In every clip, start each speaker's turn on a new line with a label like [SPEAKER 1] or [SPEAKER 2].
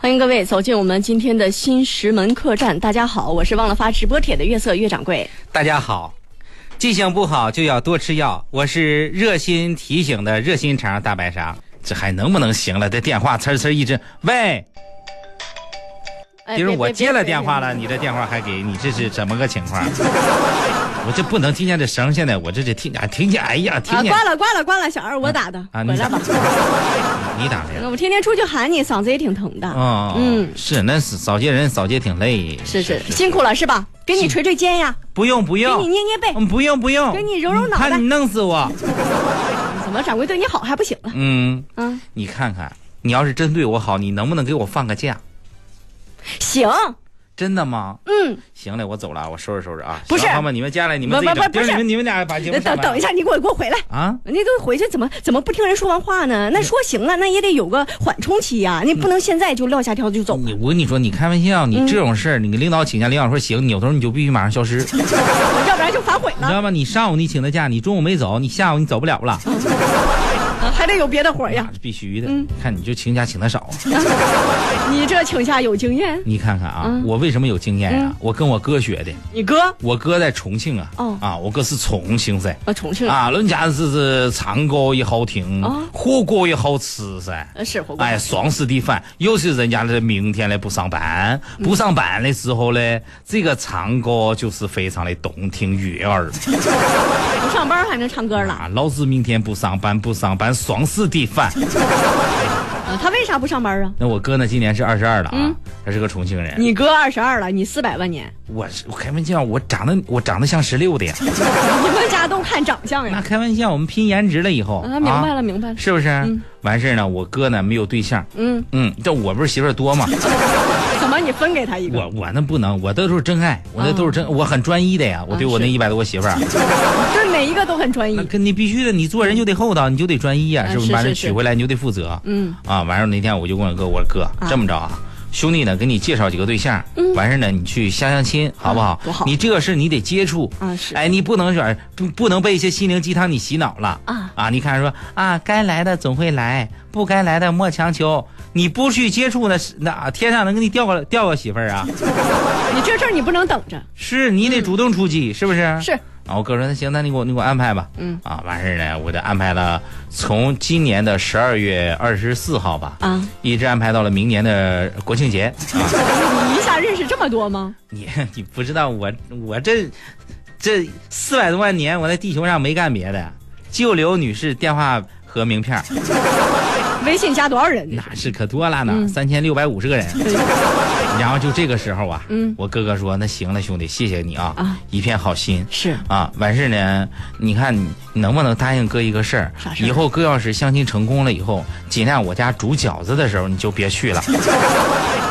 [SPEAKER 1] 欢迎各位走进我们今天的新石门客栈。大家好，我是忘了发直播帖的月色月掌柜。
[SPEAKER 2] 大家好，记性不好就要多吃药。我是热心提醒的热心肠大白鲨，这还能不能行了？这电话呲儿呲儿一直，喂，
[SPEAKER 1] 哎
[SPEAKER 2] 比如
[SPEAKER 1] 别
[SPEAKER 2] 我
[SPEAKER 1] 别
[SPEAKER 2] 接了
[SPEAKER 1] 别
[SPEAKER 2] 电话了，
[SPEAKER 1] 别
[SPEAKER 2] 你这电话还给你，这是怎么个 情况？我这不能听见这声，现在我这这听啊听见，哎呀，听
[SPEAKER 1] 啊，
[SPEAKER 2] 见
[SPEAKER 1] 挂了挂了挂了，小二我打的，
[SPEAKER 2] 啊，
[SPEAKER 1] 回来
[SPEAKER 2] 你 咋
[SPEAKER 1] 吧。
[SPEAKER 2] 你咋的呀？
[SPEAKER 1] 我天天出去喊你，嫂子也挺疼的。
[SPEAKER 2] 哦，
[SPEAKER 1] 嗯，
[SPEAKER 2] 是，那是早些人扫街挺累，
[SPEAKER 1] 是是，辛苦了是吧？给你捶捶肩呀，
[SPEAKER 2] 不用不
[SPEAKER 1] 给你
[SPEAKER 2] 用，
[SPEAKER 1] 捏捏背，
[SPEAKER 2] 嗯，不用不用，
[SPEAKER 1] 给你揉揉脑袋
[SPEAKER 2] 怕你弄死我，
[SPEAKER 1] 怎么掌柜对你好还不行了？
[SPEAKER 2] 嗯。
[SPEAKER 1] 嗯，
[SPEAKER 2] 你看看，你要是真对我好，你能不能给我放个假？
[SPEAKER 1] 行，
[SPEAKER 2] 真的吗？
[SPEAKER 1] 嗯，
[SPEAKER 2] 行嘞，我走了，我收拾收拾啊。
[SPEAKER 1] 不是
[SPEAKER 2] 小朋友们，你们家来，你们
[SPEAKER 1] 不
[SPEAKER 2] 自己
[SPEAKER 1] 不不
[SPEAKER 2] 整今儿
[SPEAKER 1] 不是
[SPEAKER 2] 你们你们俩把节目上
[SPEAKER 1] 等等一下，你给我给我回来。
[SPEAKER 2] 啊！
[SPEAKER 1] 你都回去怎么怎么不听人说完话呢？那说行了，那也得有个缓冲期呀、你不能现在就撂下条就走。
[SPEAKER 2] 你我跟你说，你开玩笑，
[SPEAKER 1] 嗯
[SPEAKER 2] 你这种事儿，你给领导请假，领导说行，扭头你就必须马上消失，你
[SPEAKER 1] 要不然就反悔
[SPEAKER 2] 知
[SPEAKER 1] 了，
[SPEAKER 2] 道吗？你上午你请的假，你中午没走，你下午你走不了了，
[SPEAKER 1] 啊还得有别的活儿呀
[SPEAKER 2] 那。是必须的。
[SPEAKER 1] 嗯
[SPEAKER 2] 看你就请假请的少，啊
[SPEAKER 1] 你这请假有经验，
[SPEAKER 2] 你看看
[SPEAKER 1] 嗯
[SPEAKER 2] 啊，我为什么有经验啊？我跟我哥学的，
[SPEAKER 1] 你哥
[SPEAKER 2] 我哥在重庆啊
[SPEAKER 1] 哦，
[SPEAKER 2] 啊，我哥是重庆噻，
[SPEAKER 1] 啊，重庆
[SPEAKER 2] 啊，人家是是肠糕也好听
[SPEAKER 1] 啊，
[SPEAKER 2] 火锅也好吃噻。
[SPEAKER 1] 呃是火锅，
[SPEAKER 2] 哎，爽死的饭！尤其是人家这明天嘞不上班，
[SPEAKER 1] 嗯
[SPEAKER 2] 不上班的时候嘞，这个唱歌就是非常的动听悦耳
[SPEAKER 1] 不上班还能唱歌了。
[SPEAKER 2] 啊！老子明天不上班，不上班，爽死的饭！
[SPEAKER 1] 啊他为啥不上班啊？
[SPEAKER 2] 那我哥呢，今年是二十二了啊，他是个重庆人。
[SPEAKER 1] 嗯你哥二十二了，你四百万年，
[SPEAKER 2] 我是我开玩笑，我长得我长得像十六的呀？
[SPEAKER 1] 你们家都看长相
[SPEAKER 2] 那
[SPEAKER 1] 呀？
[SPEAKER 2] 开玩笑，我们拼颜值了以后
[SPEAKER 1] 啊，明白
[SPEAKER 2] 啊
[SPEAKER 1] 了，明白了。
[SPEAKER 2] 是不是？完事儿呢，我哥呢没有对象，
[SPEAKER 1] 嗯，
[SPEAKER 2] 嗯，但我不是媳妇儿多 嘛。
[SPEAKER 1] 怎么你分给他一个？
[SPEAKER 2] 我我那不能，我这都是真爱，我那都是真，我很专一的呀。我对我那
[SPEAKER 1] 啊是
[SPEAKER 2] 一百多个媳妇儿，
[SPEAKER 1] 对每一个都很专
[SPEAKER 2] 那
[SPEAKER 1] 一。
[SPEAKER 2] 跟你必须的，你做人就得厚道，你就得专一呀，
[SPEAKER 1] 啊
[SPEAKER 2] 是不
[SPEAKER 1] 嗯是
[SPEAKER 2] 把人
[SPEAKER 1] 是是
[SPEAKER 2] 娶回来你就得负责。
[SPEAKER 1] 嗯
[SPEAKER 2] 啊，完事儿那天我就跟我哥，我说哥这么着啊，兄弟呢给你介绍几个对象，完事儿呢你去相相亲好不好
[SPEAKER 1] 嗯啊多好？
[SPEAKER 2] 你这个事儿你得接触。
[SPEAKER 1] 啊是
[SPEAKER 2] 哎，你不能说不不能被一些心灵鸡汤你洗脑了
[SPEAKER 1] 啊
[SPEAKER 2] 啊！你看说啊，该来的总会来，不该来的莫强求。你不去接触那是那天上能给你掉个掉个媳妇儿啊？
[SPEAKER 1] 嗯你这事儿你不能等着，
[SPEAKER 2] 是你得主动出击，是不是？
[SPEAKER 1] 是。
[SPEAKER 2] 啊，我哥说那行，那你给我你给我安排吧。
[SPEAKER 1] 嗯。
[SPEAKER 2] 啊，完事儿呢，我就安排了，从今年的十二月二十四号吧，
[SPEAKER 1] 啊，
[SPEAKER 2] 一直安排到了明年的国庆节。 啊，
[SPEAKER 1] 你一下认识这么多吗？
[SPEAKER 2] 你你不知道我我这这四百多万年我在地球上没干别的，就留女士电话和名 片儿，
[SPEAKER 1] 微信加多少人？
[SPEAKER 2] 那是可多了
[SPEAKER 1] 嗯
[SPEAKER 2] 呢，三千六百五十 个人。然后就这个时候啊，
[SPEAKER 1] 嗯
[SPEAKER 2] 我哥哥说那行了，兄弟，谢谢你啊，
[SPEAKER 1] 啊
[SPEAKER 2] 一片好心。
[SPEAKER 1] 是
[SPEAKER 2] 啊，完事呢，你看你能不能答应哥一个事儿
[SPEAKER 1] 啥？事儿
[SPEAKER 2] 以后哥要是相亲成功了以后，尽量我家煮饺子的时候你就别 去了。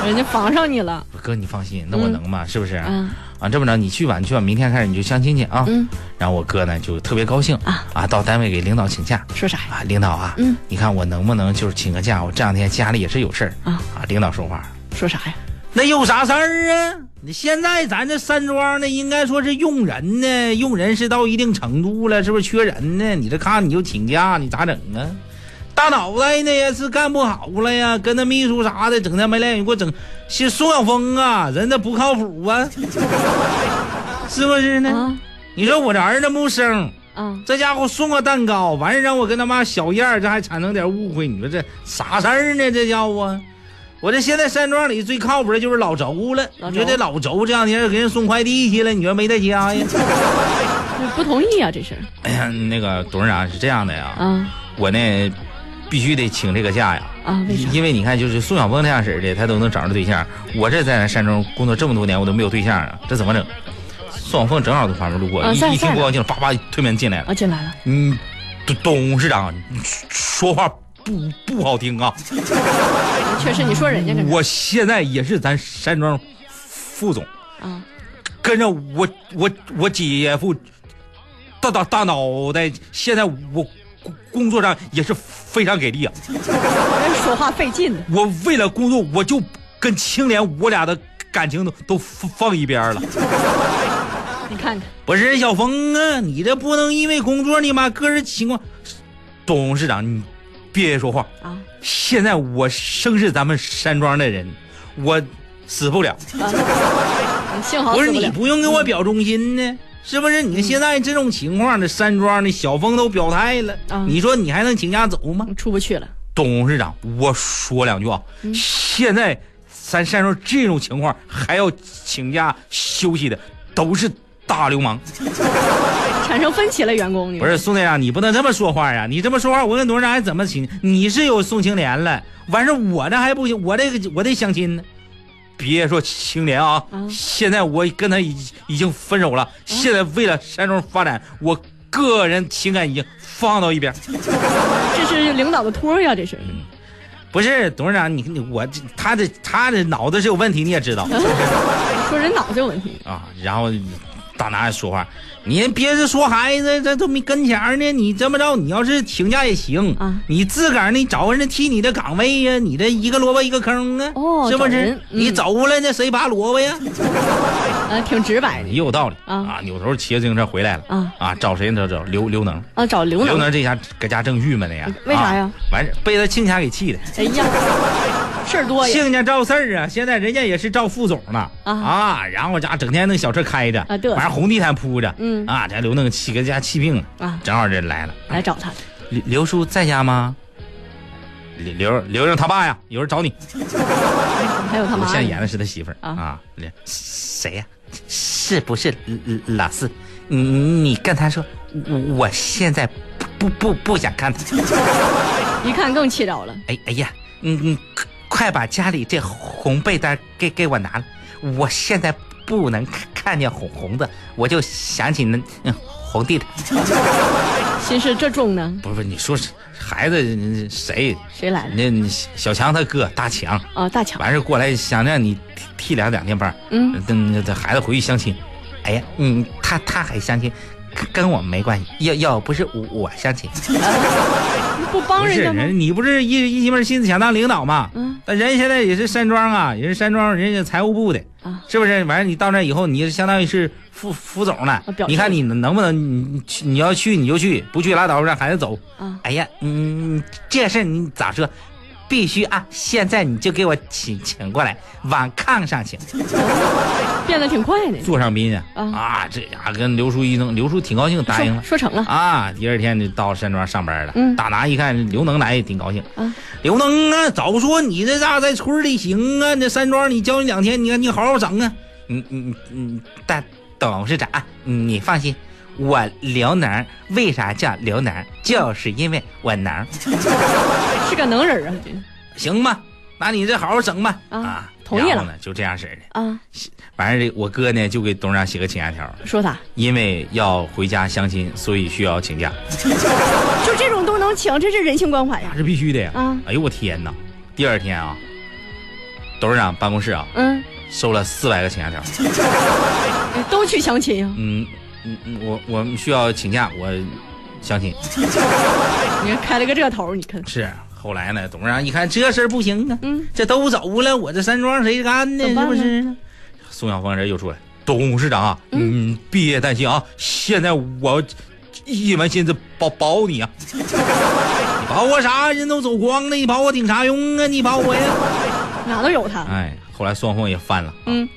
[SPEAKER 1] 人家防上你了。
[SPEAKER 2] 哥，你放心，那我能吗？是不是？
[SPEAKER 1] 嗯
[SPEAKER 2] 啊，这么着，你去吧，你去吧，明天开始你就相亲去啊。
[SPEAKER 1] 嗯。
[SPEAKER 2] 然后我哥呢就特别高兴
[SPEAKER 1] 啊
[SPEAKER 2] 到单位给领导请假
[SPEAKER 1] 说啥呀？
[SPEAKER 2] 啊，领导啊，
[SPEAKER 1] 嗯
[SPEAKER 2] 你看我能不能就是请个假？我这两天家里也是有事儿
[SPEAKER 1] 啊
[SPEAKER 2] 领导说话了。
[SPEAKER 1] 说啥呀？
[SPEAKER 2] 那有啥事儿啊？你现在咱这山庄呢，应该说是用人呢，用人是到一定程度了，是不是缺人呢？你这看你就请假，你咋整啊？大脑袋呢也是干不好了呀，跟那秘书啥的整天没来，你给我整，是宋晓峰啊，人家不靠谱啊， 是不是呢？
[SPEAKER 1] 啊
[SPEAKER 2] 你说我这儿子木生，
[SPEAKER 1] 啊，
[SPEAKER 2] 这家伙送个蛋糕，完事让我跟他妈小燕儿，这还产生点误会。你说这啥事儿呢？这家伙，我这现在山庄里最靠谱的就是老周了。
[SPEAKER 1] 老周
[SPEAKER 2] 你说这老周这两天给人送快递去了，你说没在家呀？
[SPEAKER 1] 不同意啊，这是
[SPEAKER 2] 哎呀，那个董事长是这样的呀，
[SPEAKER 1] 啊
[SPEAKER 2] 我呢必须得请这个假呀。
[SPEAKER 1] 啊，为啥？
[SPEAKER 2] 因为你看，就是宋晓峰那样式儿的，他都能找着对象。我这在山中工作这么多年，我都没有对象啊，这怎么整？宋晓峰正好从旁边路过，
[SPEAKER 1] 啊
[SPEAKER 2] 一
[SPEAKER 1] 在
[SPEAKER 2] 一听
[SPEAKER 1] 在
[SPEAKER 2] 不
[SPEAKER 1] 呢
[SPEAKER 2] 高兴，叭叭推门进来了。
[SPEAKER 1] 啊，进来了，
[SPEAKER 2] 嗯，董董事长，你说话不不好听啊！
[SPEAKER 1] 确实你说人家这是
[SPEAKER 2] 我现在也是咱山庄副总，
[SPEAKER 1] 啊，
[SPEAKER 2] 跟着我我我姐夫大大大脑袋，现在我工工作上也是非常给力啊！
[SPEAKER 1] 人说话费劲的，
[SPEAKER 2] 我为了工作，我就跟青莲我俩的感情都都放放一边儿了。
[SPEAKER 1] 你看看
[SPEAKER 2] 不是小峰啊，你这不能因为工作你妈个人情况，董事长你别说话。
[SPEAKER 1] 啊，
[SPEAKER 2] 现在我生是咱们山庄的人，我死不了。
[SPEAKER 1] 幸好
[SPEAKER 2] 不
[SPEAKER 1] 死
[SPEAKER 2] 是
[SPEAKER 1] 了嗯
[SPEAKER 2] 你不用给我表忠心呢，是不是？你看现在这种情况呢，山庄的小峰都表态了，
[SPEAKER 1] 啊
[SPEAKER 2] 你说你还能请假走吗？
[SPEAKER 1] 出不去了，
[SPEAKER 2] 董事长，我说两句啊，
[SPEAKER 1] 嗯
[SPEAKER 2] 现在咱山庄这种情况还要请假休息的，都是大流氓。
[SPEAKER 1] 产生分歧了，员工
[SPEAKER 2] 不是宋队长，你不能这么说话呀！你这么说话，我跟董事长还怎么亲？你是有宋青莲了，完事儿我那还不行，我这个我得相亲呢。别说青莲啊，
[SPEAKER 1] 啊
[SPEAKER 2] 现在我跟他已已经分手了。现在为了山庄发展，我个人情感已经放到一边。
[SPEAKER 1] 这是领导的托呀，这是
[SPEAKER 2] 嗯不是董事长，你你我这他的他的脑子是有问题，你也知道
[SPEAKER 1] 说人脑子有问题，
[SPEAKER 2] 啊。然后大拿也说话，你别是说孩子这都没跟前儿呢，你这么着，你要是请假也行
[SPEAKER 1] 啊
[SPEAKER 2] 你自个儿呢找个人替你的岗位呀、你这一个萝卜一个坑啊，
[SPEAKER 1] 哦
[SPEAKER 2] 是不
[SPEAKER 1] 找
[SPEAKER 2] 是？
[SPEAKER 1] 人嗯
[SPEAKER 2] 你走过来那谁拔萝卜呀？
[SPEAKER 1] 啊，挺直白的
[SPEAKER 2] 也有道理
[SPEAKER 1] 啊
[SPEAKER 2] 扭头骑着自行车回来了
[SPEAKER 1] 啊
[SPEAKER 2] 找谁呢？找找刘刘能，
[SPEAKER 1] 啊，找刘能，
[SPEAKER 2] 刘能这下搁家正郁闷呢呀，
[SPEAKER 1] 为啥呀
[SPEAKER 2] 啊完事儿被他亲家给气的。
[SPEAKER 1] 哎呀，事儿多呀，
[SPEAKER 2] 亲家赵四儿啊，现在人家也是赵副总呢
[SPEAKER 1] 哦啊
[SPEAKER 2] 然后家整天那小车开着
[SPEAKER 1] 啊对
[SPEAKER 2] 完事儿红地毯铺着，
[SPEAKER 1] 嗯
[SPEAKER 2] 啊，这刘能气搁家气病了
[SPEAKER 1] 啊
[SPEAKER 2] 正好这来了，
[SPEAKER 1] 来找他了，
[SPEAKER 2] 刘刘叔在家吗？刘刘刘正他爸呀，有人找你。
[SPEAKER 1] 还有他
[SPEAKER 2] 我
[SPEAKER 1] 妈
[SPEAKER 2] 现在
[SPEAKER 1] 呢，
[SPEAKER 2] 演的是他媳妇儿
[SPEAKER 1] 啊
[SPEAKER 2] 啊，刘谁呀、是不是老四？你你跟他说，我我现在不不不想看他。
[SPEAKER 1] 一看更气着了，
[SPEAKER 2] 哎哎呀，嗯嗯，快快把家里这红被单给给我拿了，我现在不能看看见红红的，我就想起那、嗯、红地毯。
[SPEAKER 1] 心事这重呢，
[SPEAKER 2] 不是不是，你说是孩子嗯谁？
[SPEAKER 1] 谁来了？
[SPEAKER 2] 那你小强他哥大强，
[SPEAKER 1] 啊，大强，
[SPEAKER 2] 完事儿过来想让你替替两两天班儿，
[SPEAKER 1] 嗯
[SPEAKER 2] 等这孩子回去相亲。哎呀，嗯，他他还相亲，跟跟我没关系。要要不是我我相亲，
[SPEAKER 1] 不帮
[SPEAKER 2] 不是
[SPEAKER 1] 人家吗？
[SPEAKER 2] 人，你不是一一门心思想当领导吗？
[SPEAKER 1] 嗯，
[SPEAKER 2] 但人现在也是山庄啊，人是山庄人家财务部的
[SPEAKER 1] 啊，
[SPEAKER 2] 是不是？完了你到那以后，你就相当于是副副总了
[SPEAKER 1] 啊表。
[SPEAKER 2] 你看你能不能你你去你要去你就去，不去拉倒，让孩子走。
[SPEAKER 1] 啊
[SPEAKER 2] 哎呀，嗯，这事儿你咋说？必须啊！现在你就给我请请过来，往炕上请，
[SPEAKER 1] 变得挺快呢，
[SPEAKER 2] 坐上宾啊！
[SPEAKER 1] 啊
[SPEAKER 2] 啊，这家伙跟刘叔一弄，刘叔挺高兴，答应了
[SPEAKER 1] 说。说成了，
[SPEAKER 2] 啊，第二天就到山庄上班了。
[SPEAKER 1] 嗯
[SPEAKER 2] 大拿一看刘能来，也挺高兴。
[SPEAKER 1] 啊
[SPEAKER 2] 刘能啊，早说你这家在村里行啊，那山庄你教你两天，你看你好好整啊。嗯嗯嗯，大董事长，你放心，我刘能为啥叫刘能，就是因为我能，
[SPEAKER 1] 是个能人啊，这
[SPEAKER 2] 行吧？那你这好好整吧。
[SPEAKER 1] 啊同意了
[SPEAKER 2] 然后呢，就这样式儿的。
[SPEAKER 1] 啊，
[SPEAKER 2] 完事儿，我哥呢就给董事长写个请假条，
[SPEAKER 1] 说他
[SPEAKER 2] 因为要回家相亲，所以需要请假。
[SPEAKER 1] 就这种都能请，这是人性关怀呀
[SPEAKER 2] 那，是必须的呀！
[SPEAKER 1] 啊
[SPEAKER 2] 哎呦我天哪！第二天啊，董事长办公室啊
[SPEAKER 1] 嗯，
[SPEAKER 2] 收了四百个请假条。
[SPEAKER 1] 都去相亲呀，
[SPEAKER 2] 嗯嗯，嗯我我们需要请假，我相亲
[SPEAKER 1] 你看开了个这头儿，你看
[SPEAKER 2] 是。啊后来呢，董事长一看这事儿不行啊，
[SPEAKER 1] 嗯，
[SPEAKER 2] 这都走了，我这山庄谁干呢？
[SPEAKER 1] 怎么
[SPEAKER 2] 是
[SPEAKER 1] 办
[SPEAKER 2] 不
[SPEAKER 1] 呢
[SPEAKER 2] 是？宋小峰人又出来，董事长啊，嗯，别担心啊，现在我一门心思保保你啊，你保我啥？人都走光了，你保我顶啥用啊？你保我呀？
[SPEAKER 1] 哪都有他，
[SPEAKER 2] 哎，后来双方也翻了。啊
[SPEAKER 1] 嗯，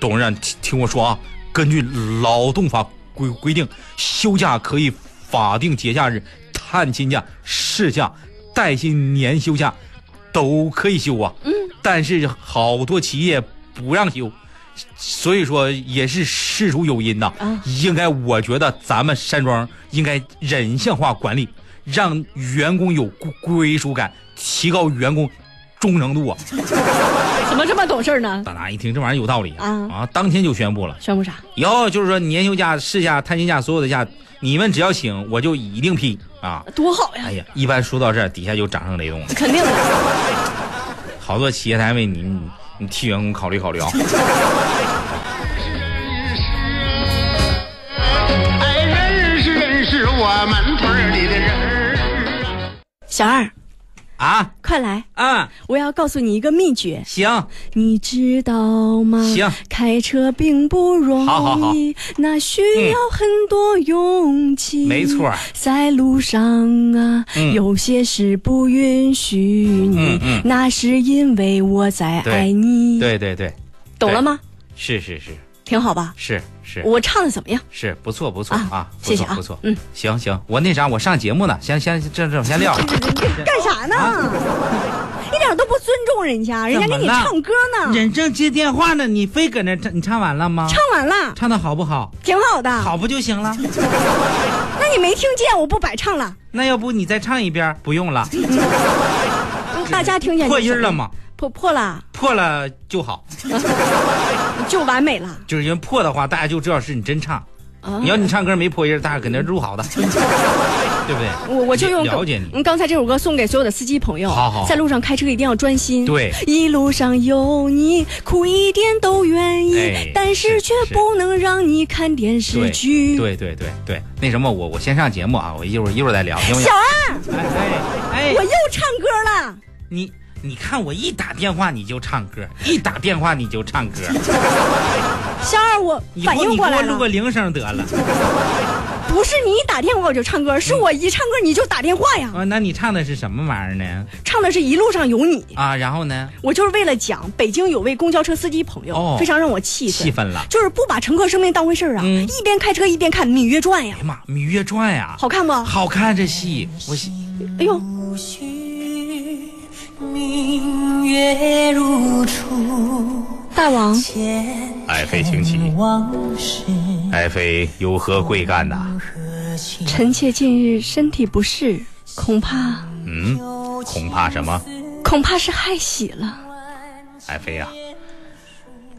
[SPEAKER 2] 董事长，听听我说啊，根据劳动法规规定，休假可以法定节假日、探亲假、事假、带薪年休假都可以休啊。嗯，但是好多企业不让休。所以说也是事出有因呐、
[SPEAKER 1] 啊
[SPEAKER 2] 应该我觉得咱们山庄应该人性化管理，让员工有归归属感，提高员工忠 诚度啊。
[SPEAKER 1] 怎么这么懂事儿呢？
[SPEAKER 2] 大拿一听这玩意儿有道理啊
[SPEAKER 1] 啊
[SPEAKER 2] 当天就宣布了，
[SPEAKER 1] 宣布啥？
[SPEAKER 2] 以后就是说年休假、事假、探亲假所有的假，你们只要请，我就一定批 啊！
[SPEAKER 1] 多好呀
[SPEAKER 2] 哎，呀，一般说到这儿，底下就掌声雷动了。
[SPEAKER 1] 肯定的。
[SPEAKER 2] 好多企业单位，你你你替员工考虑 考虑啊！
[SPEAKER 3] 哎，认识认识我们屯儿里的人儿啊。
[SPEAKER 1] 小二，
[SPEAKER 2] 啊
[SPEAKER 1] 快来，
[SPEAKER 2] 啊，
[SPEAKER 1] 我要告诉你一个秘诀，
[SPEAKER 2] 行，
[SPEAKER 1] 你知道吗？
[SPEAKER 2] 行
[SPEAKER 1] 开车并不容易，
[SPEAKER 2] 好好好
[SPEAKER 1] 那需要很多勇气。
[SPEAKER 2] 没错儿，
[SPEAKER 1] 在路上啊，
[SPEAKER 2] 嗯
[SPEAKER 1] 有些事不允许你，
[SPEAKER 2] 嗯嗯
[SPEAKER 1] 那是因为我在爱你。，
[SPEAKER 2] 对对对，
[SPEAKER 1] 懂了吗？
[SPEAKER 2] 是是是
[SPEAKER 1] 挺好吧？
[SPEAKER 2] 是是
[SPEAKER 1] 我唱的怎么样？
[SPEAKER 2] 是，不错不错
[SPEAKER 1] 啊
[SPEAKER 2] 啊，不
[SPEAKER 1] 谢谢
[SPEAKER 2] 错
[SPEAKER 1] 啊
[SPEAKER 2] 不错，
[SPEAKER 1] 嗯，
[SPEAKER 2] 行行，我那啥，我上节目呢，先先这这 先撂了。
[SPEAKER 1] 干啥呢？一点都不尊重人家，人家给你
[SPEAKER 2] 怎么了
[SPEAKER 1] 唱歌呢。
[SPEAKER 2] 人正接电话呢，你非搁那唱，你唱完了吗？
[SPEAKER 1] 唱啊完了，
[SPEAKER 2] 唱的好不好？
[SPEAKER 1] 挺好的。
[SPEAKER 2] 好不就行了？
[SPEAKER 1] 那你没听见？我不白唱了，
[SPEAKER 2] 那要不你再唱一遍？不用了，
[SPEAKER 1] 大家听见就
[SPEAKER 2] 破音
[SPEAKER 1] 行
[SPEAKER 2] 了？吗？
[SPEAKER 1] 破破了，
[SPEAKER 2] 破了就好，
[SPEAKER 1] 就完美了。
[SPEAKER 2] 就是因为破的话，大家就知道是你真唱。
[SPEAKER 1] 啊
[SPEAKER 2] 你要你唱歌没破音，大家肯定 录好的，对不对？
[SPEAKER 1] 我我就用
[SPEAKER 2] 了解你，
[SPEAKER 1] 嗯刚才这首歌送给所有的司机朋友。
[SPEAKER 2] 好好
[SPEAKER 1] 在路上开车一定要专心。
[SPEAKER 2] 对
[SPEAKER 1] 一路上有你，苦一点都愿意，
[SPEAKER 2] 哎
[SPEAKER 1] 但是
[SPEAKER 2] 是
[SPEAKER 1] 却
[SPEAKER 2] 是
[SPEAKER 1] 不能让你看电视
[SPEAKER 2] 对
[SPEAKER 1] 剧。
[SPEAKER 2] 对对对对，那什么，我我先上节目啊，我一会儿一会儿再聊，行不行
[SPEAKER 1] 小？安，
[SPEAKER 2] 哎哎
[SPEAKER 1] 我
[SPEAKER 2] 哎，
[SPEAKER 1] 又唱歌了，
[SPEAKER 2] 你你看我一打电话你就唱歌，一打电话你就唱歌，
[SPEAKER 1] 小二，我
[SPEAKER 2] 以
[SPEAKER 1] 反
[SPEAKER 2] 后
[SPEAKER 1] 应
[SPEAKER 2] 你给
[SPEAKER 1] 过来
[SPEAKER 2] 我录个
[SPEAKER 1] 了，
[SPEAKER 2] 铃声得了
[SPEAKER 1] 不是你打电话我就唱歌，是我一唱歌你就打电话呀。
[SPEAKER 2] 啊？那你唱的是什么玩意儿呢？
[SPEAKER 1] 唱的是一路上有你，
[SPEAKER 2] 啊，然后呢？
[SPEAKER 1] 我就是为了讲北京有位公交车司机朋友，
[SPEAKER 2] 哦
[SPEAKER 1] 非常让我气愤，
[SPEAKER 2] 气愤了哎
[SPEAKER 1] 就是不把乘客生命当回事儿啊，
[SPEAKER 2] 嗯
[SPEAKER 1] 一边开车一边看《芈月传》呀
[SPEAKER 2] 哎，呀妈，《芈月传》呀，
[SPEAKER 1] 好看吗？
[SPEAKER 2] 好看这戏，我戏
[SPEAKER 1] 哎呦，
[SPEAKER 3] 无须明月如初，
[SPEAKER 1] 大王，
[SPEAKER 3] 千
[SPEAKER 4] 爱妃请起，
[SPEAKER 3] 往事
[SPEAKER 4] 爱妃有何贵干呐、
[SPEAKER 3] 何其
[SPEAKER 1] 臣妾近日身体不适，恐怕
[SPEAKER 4] 嗯，恐怕什么？
[SPEAKER 1] 恐怕是害喜了。
[SPEAKER 4] 爱妃啊呀、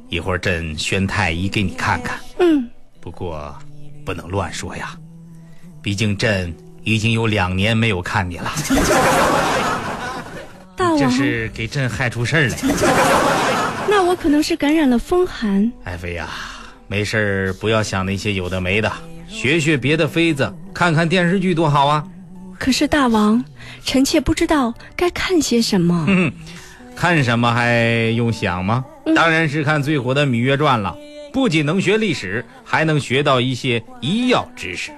[SPEAKER 4] 一会儿朕宣太医给你看看，
[SPEAKER 1] 嗯，
[SPEAKER 4] 不过不能乱说呀，毕竟朕已经有两年没有看你了，
[SPEAKER 1] 大
[SPEAKER 4] 这
[SPEAKER 1] 王，
[SPEAKER 4] 是给朕害出事儿来。
[SPEAKER 1] 那我可能是感染了风寒。
[SPEAKER 4] 爱妃呀、没事儿不要想那些有的没的，学学别的妃子，看看电视剧多好啊。
[SPEAKER 1] 可是大王，臣妾不知道该看些什么。
[SPEAKER 4] 看什么还用想吗？当然是看最火的《芈月传》了。不仅能学历史，还能学到一些医药知识。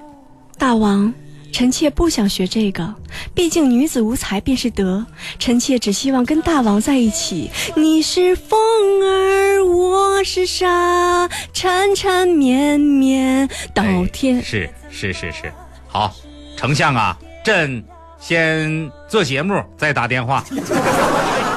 [SPEAKER 1] 大王，臣妾不想学这个，毕竟女子无才便是德。臣妾只希望跟大王在一起。你是风儿，我是沙，缠缠绵绵到
[SPEAKER 4] 哎
[SPEAKER 1] 哦天。
[SPEAKER 4] 是是是是，好，丞相啊，朕先做节目，再打电话。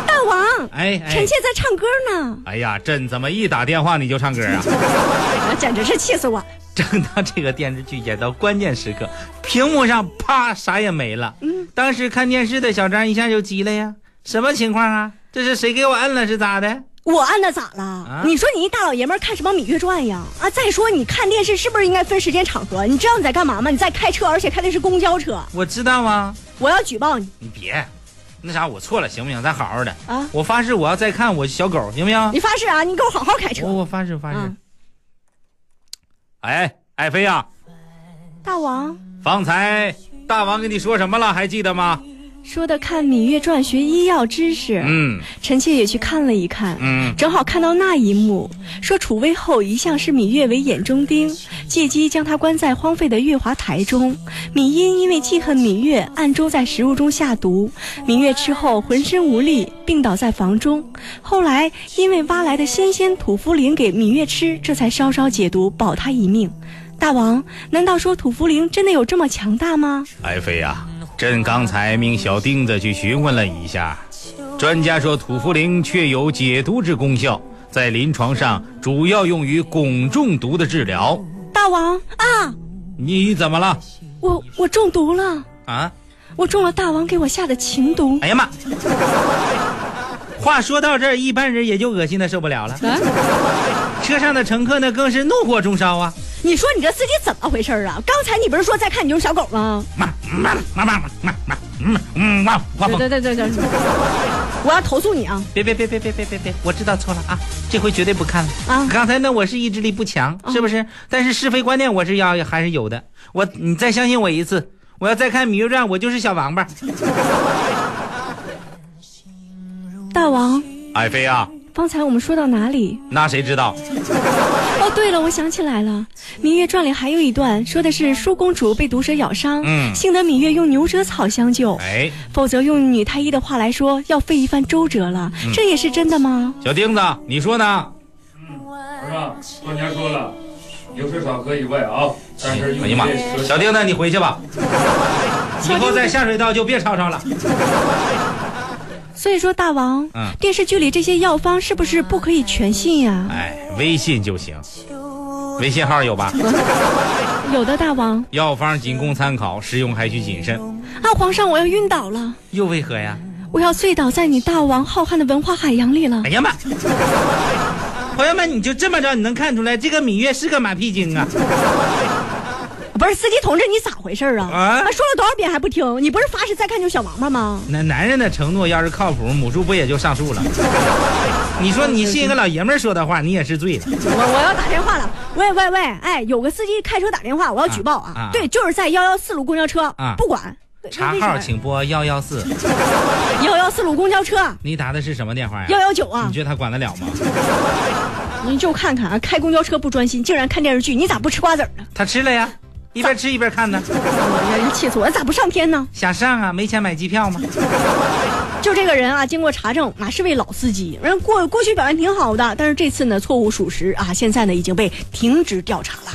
[SPEAKER 1] 大王，
[SPEAKER 4] 哎哎
[SPEAKER 1] 臣妾，在唱歌呢，
[SPEAKER 4] 哎呀，朕怎么一打电话你就唱歌 啊？
[SPEAKER 1] 哎简直是气死我！
[SPEAKER 2] 正当这个电视剧演到关键时刻，屏幕上啪啥也没了。
[SPEAKER 1] 嗯
[SPEAKER 2] 当时看电视的小张一下就急了呀，什么情况啊？这是谁给我摁了是咋的？
[SPEAKER 1] 我按的咋了？你说你一大老爷们儿看什么《芈月传》呀？啊，再说你看电视是不是应该分时间场合？你知道你在干嘛吗？你在开车，而且开的是公交车，
[SPEAKER 2] 我知道啊，
[SPEAKER 1] 我要举报你！
[SPEAKER 4] 你别，那啥，我错了，行不行？咱好好的
[SPEAKER 1] 啊
[SPEAKER 4] 我发誓，我要再看我小狗，行不行？
[SPEAKER 1] 你发誓啊，你给我好好开车
[SPEAKER 2] 我。我哦发誓发誓，
[SPEAKER 1] 嗯
[SPEAKER 4] 哎，爱妃啊，
[SPEAKER 1] 大王
[SPEAKER 4] 方才大王跟你说什么了？还记得吗？
[SPEAKER 1] 说的看《芈月传》学医药知识，
[SPEAKER 4] 嗯
[SPEAKER 1] 臣妾也去看了一看，
[SPEAKER 4] 嗯。
[SPEAKER 1] 正好看到那一幕，说楚威后一向视芈月为眼中钉，借机将她关在荒废的月华台中。芈因因为记恨芈月，暗中在食物中下毒。芈月吃后浑身无力，病倒在房中。后来因为挖来的新鲜土茯苓给芈月吃，这才稍稍解毒，保她一命。大王，难道说土茯苓真的有这么强大吗？
[SPEAKER 4] 爱妃呀、朕刚才命小钉子去询问了一下，专家说土茯苓确有解毒之功效，在临床上主要用于汞中毒的治疗。
[SPEAKER 1] 大王啊，
[SPEAKER 4] 你怎么了？
[SPEAKER 1] 我我中毒了，
[SPEAKER 2] 啊！
[SPEAKER 1] 我中了大王给我下的情毒。
[SPEAKER 2] 哎呀妈！话说到这儿，一般人也就恶心的受不了了。车上的乘客呢，更是怒火中烧啊！
[SPEAKER 1] 你说你这司机怎么回事儿啊？刚才你不是说在看你就是小狗吗？
[SPEAKER 4] 妈妈妈妈妈妈，嗯嗯妈，画风。
[SPEAKER 1] 对对对，我要投诉你啊！
[SPEAKER 2] 别别别别别别别别！我知道错了啊，这回绝对不看了
[SPEAKER 1] 啊
[SPEAKER 2] 刚才呢，我是意志力不强，是不是？但是是非观念我是要还是有的。我你再相信我一次，我要再看《芈月传》，我就是小王八。
[SPEAKER 1] 大王，
[SPEAKER 4] 爱妃啊，
[SPEAKER 1] 刚才我们说到哪里？
[SPEAKER 4] 那谁知道？
[SPEAKER 1] 哦，对了，我想起来了，《芈月传》里还有一段说的是舒公主被毒蛇咬伤，
[SPEAKER 4] 嗯
[SPEAKER 1] 幸得芈月用牛舌草相救，
[SPEAKER 4] 哎，
[SPEAKER 1] 否则用女太医的话来说，要费一番周折了。这也是真的吗？
[SPEAKER 4] 小钉子，你说呢？
[SPEAKER 5] 儿子，过年说了，牛舌草可以喂啊，但是
[SPEAKER 4] 哎呀妈，小钉子，你回去吧，以后在下水道就别吵吵了。
[SPEAKER 1] 所以说，大王，
[SPEAKER 4] 嗯
[SPEAKER 1] 电视剧里这些药方是不是不可以全信呀、
[SPEAKER 4] 哎，微信就行，微信号有吧？
[SPEAKER 1] 有的，大王
[SPEAKER 4] 药方仅供参考，使用还需谨慎。
[SPEAKER 1] 啊，皇上，我要晕倒了，
[SPEAKER 4] 又为何呀？
[SPEAKER 1] 我要醉倒在你大王浩瀚的文化海洋里了
[SPEAKER 2] 哎。呀妈！朋友们，你就这么着，你能看出来这个芈月是个马屁精啊！
[SPEAKER 1] 不是司机同志，你咋回事儿啊？
[SPEAKER 2] 啊
[SPEAKER 1] 说了多少遍还不听？你不是发誓再看就小王八吗？
[SPEAKER 2] 那男人的承诺要是靠谱，母猪不也就上树了？你说你信一个老爷们儿说的话，你也是醉了。
[SPEAKER 1] 我我要打电话了，喂喂喂，哎，有个司机开车打电话，我要举报啊！
[SPEAKER 2] 啊啊
[SPEAKER 1] 对，就是在幺幺四路公交车，
[SPEAKER 2] 啊
[SPEAKER 1] 不管
[SPEAKER 2] 查号请拨幺幺四。
[SPEAKER 1] 幺幺四路公交车
[SPEAKER 2] 你打的是什么电话
[SPEAKER 1] 幺
[SPEAKER 2] 呀？
[SPEAKER 1] 幺九啊
[SPEAKER 2] 你，觉得他管得了吗？
[SPEAKER 1] 你就看看啊，开公交车不专心，竟然看电视剧，你咋不吃瓜子儿呢？
[SPEAKER 2] 他吃了呀，一边吃一边看呢。
[SPEAKER 1] 哎呀，气死我了！咋不上天呢？
[SPEAKER 2] 想上啊？没钱买机票吗？
[SPEAKER 1] 就这个人啊，经过查证啊，是位老司机，嗯人过过去表现挺好的，但是这次呢，错误属实啊，现在呢已经被停职调查了。